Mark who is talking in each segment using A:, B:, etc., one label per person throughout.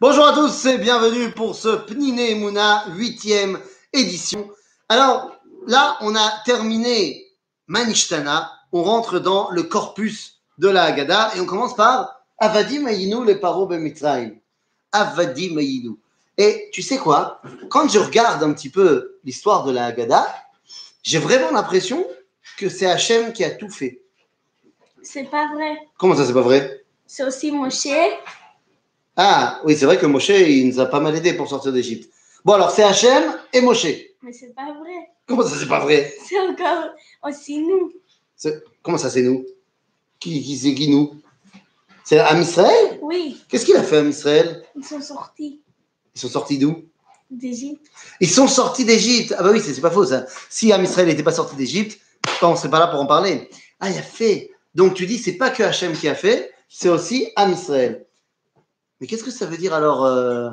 A: Bonjour à tous et bienvenue pour ce Pnine Mouna 8e édition. Alors là, on a terminé Manishtana, on rentre dans le corpus de la Haggadah et on commence par Avadim Ayinu le paro Ben Mitzrayim. Avadim Ayinu. Et tu sais quoi Quand je regarde un petit peu l'histoire de la Haggadah, j'ai vraiment l'impression que c'est Hachem qui a tout fait.
B: C'est pas vrai.
A: Comment ça, c'est pas vrai
B: C'est aussi Moshe.
A: Ah oui, c'est vrai que Moshe, il nous a pas mal aidé pour sortir d'Égypte. Bon, alors c'est Hachem et Moshe.
B: Mais c'est pas vrai.
A: Comment ça, c'est pas vrai
B: C'est encore aussi nous.
A: C'est- Comment ça, c'est nous Qui, qui c'est qui nous C'est Am Israël
B: Oui,
A: Qu'est-ce qu'il a fait Am Israël
B: ils sont sortis
A: Ils sont sortis d'où
B: d'Égypte.
A: Ils sont sortis d'Égypte. Ah bah oui, c'est c'est pas faux ça. Si Am Israël n'était pas sorti d'Égypte, bon, on serait pas là pour en parler. Ah, il a fait. Donc tu dis, c'est pas que Hachem qui a fait, c'est aussi Am Israël. Mais qu'est-ce que ça veut dire alors euh,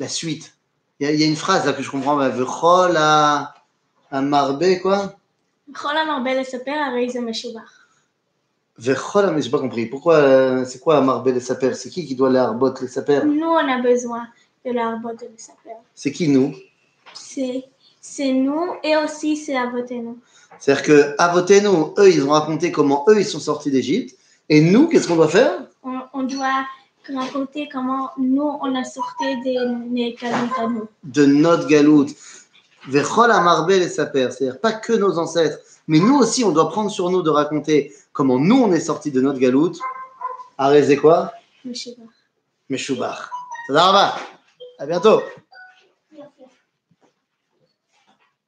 A: la suite Il y, a- il y a une phrase là que je comprends. bah, V'chol à Marbe quoi
B: כל המרבה לספר הרי זה משובח.
A: V'chol à mais j'ai pas compris. Pourquoi euh, C'est quoi Marbe les sapers C'est qui qui doit les arbotes les sapers
B: Nous, on a besoin de l'arbre de le sapeur.
A: C'est qui nous
B: C'est c'est nous et aussi c'est à voter nous.
A: C'est-à-dire que Avotenu, eux, ils ont raconté comment eux ils sont sortis d'Égypte, et nous, qu'est-ce qu'on doit faire
B: On, on doit raconter comment nous, on a sorti des Nécalons à nous.
A: de notre galoute. Vechol amarbe les sapers, c'est-à-dire pas que nos ancêtres, mais nous aussi, on doit prendre sur nous de raconter comment nous on est sortis de notre galoute. Arrêtez quoi
B: Meshubach.
A: Meshubar. Tadaraba. À bientôt.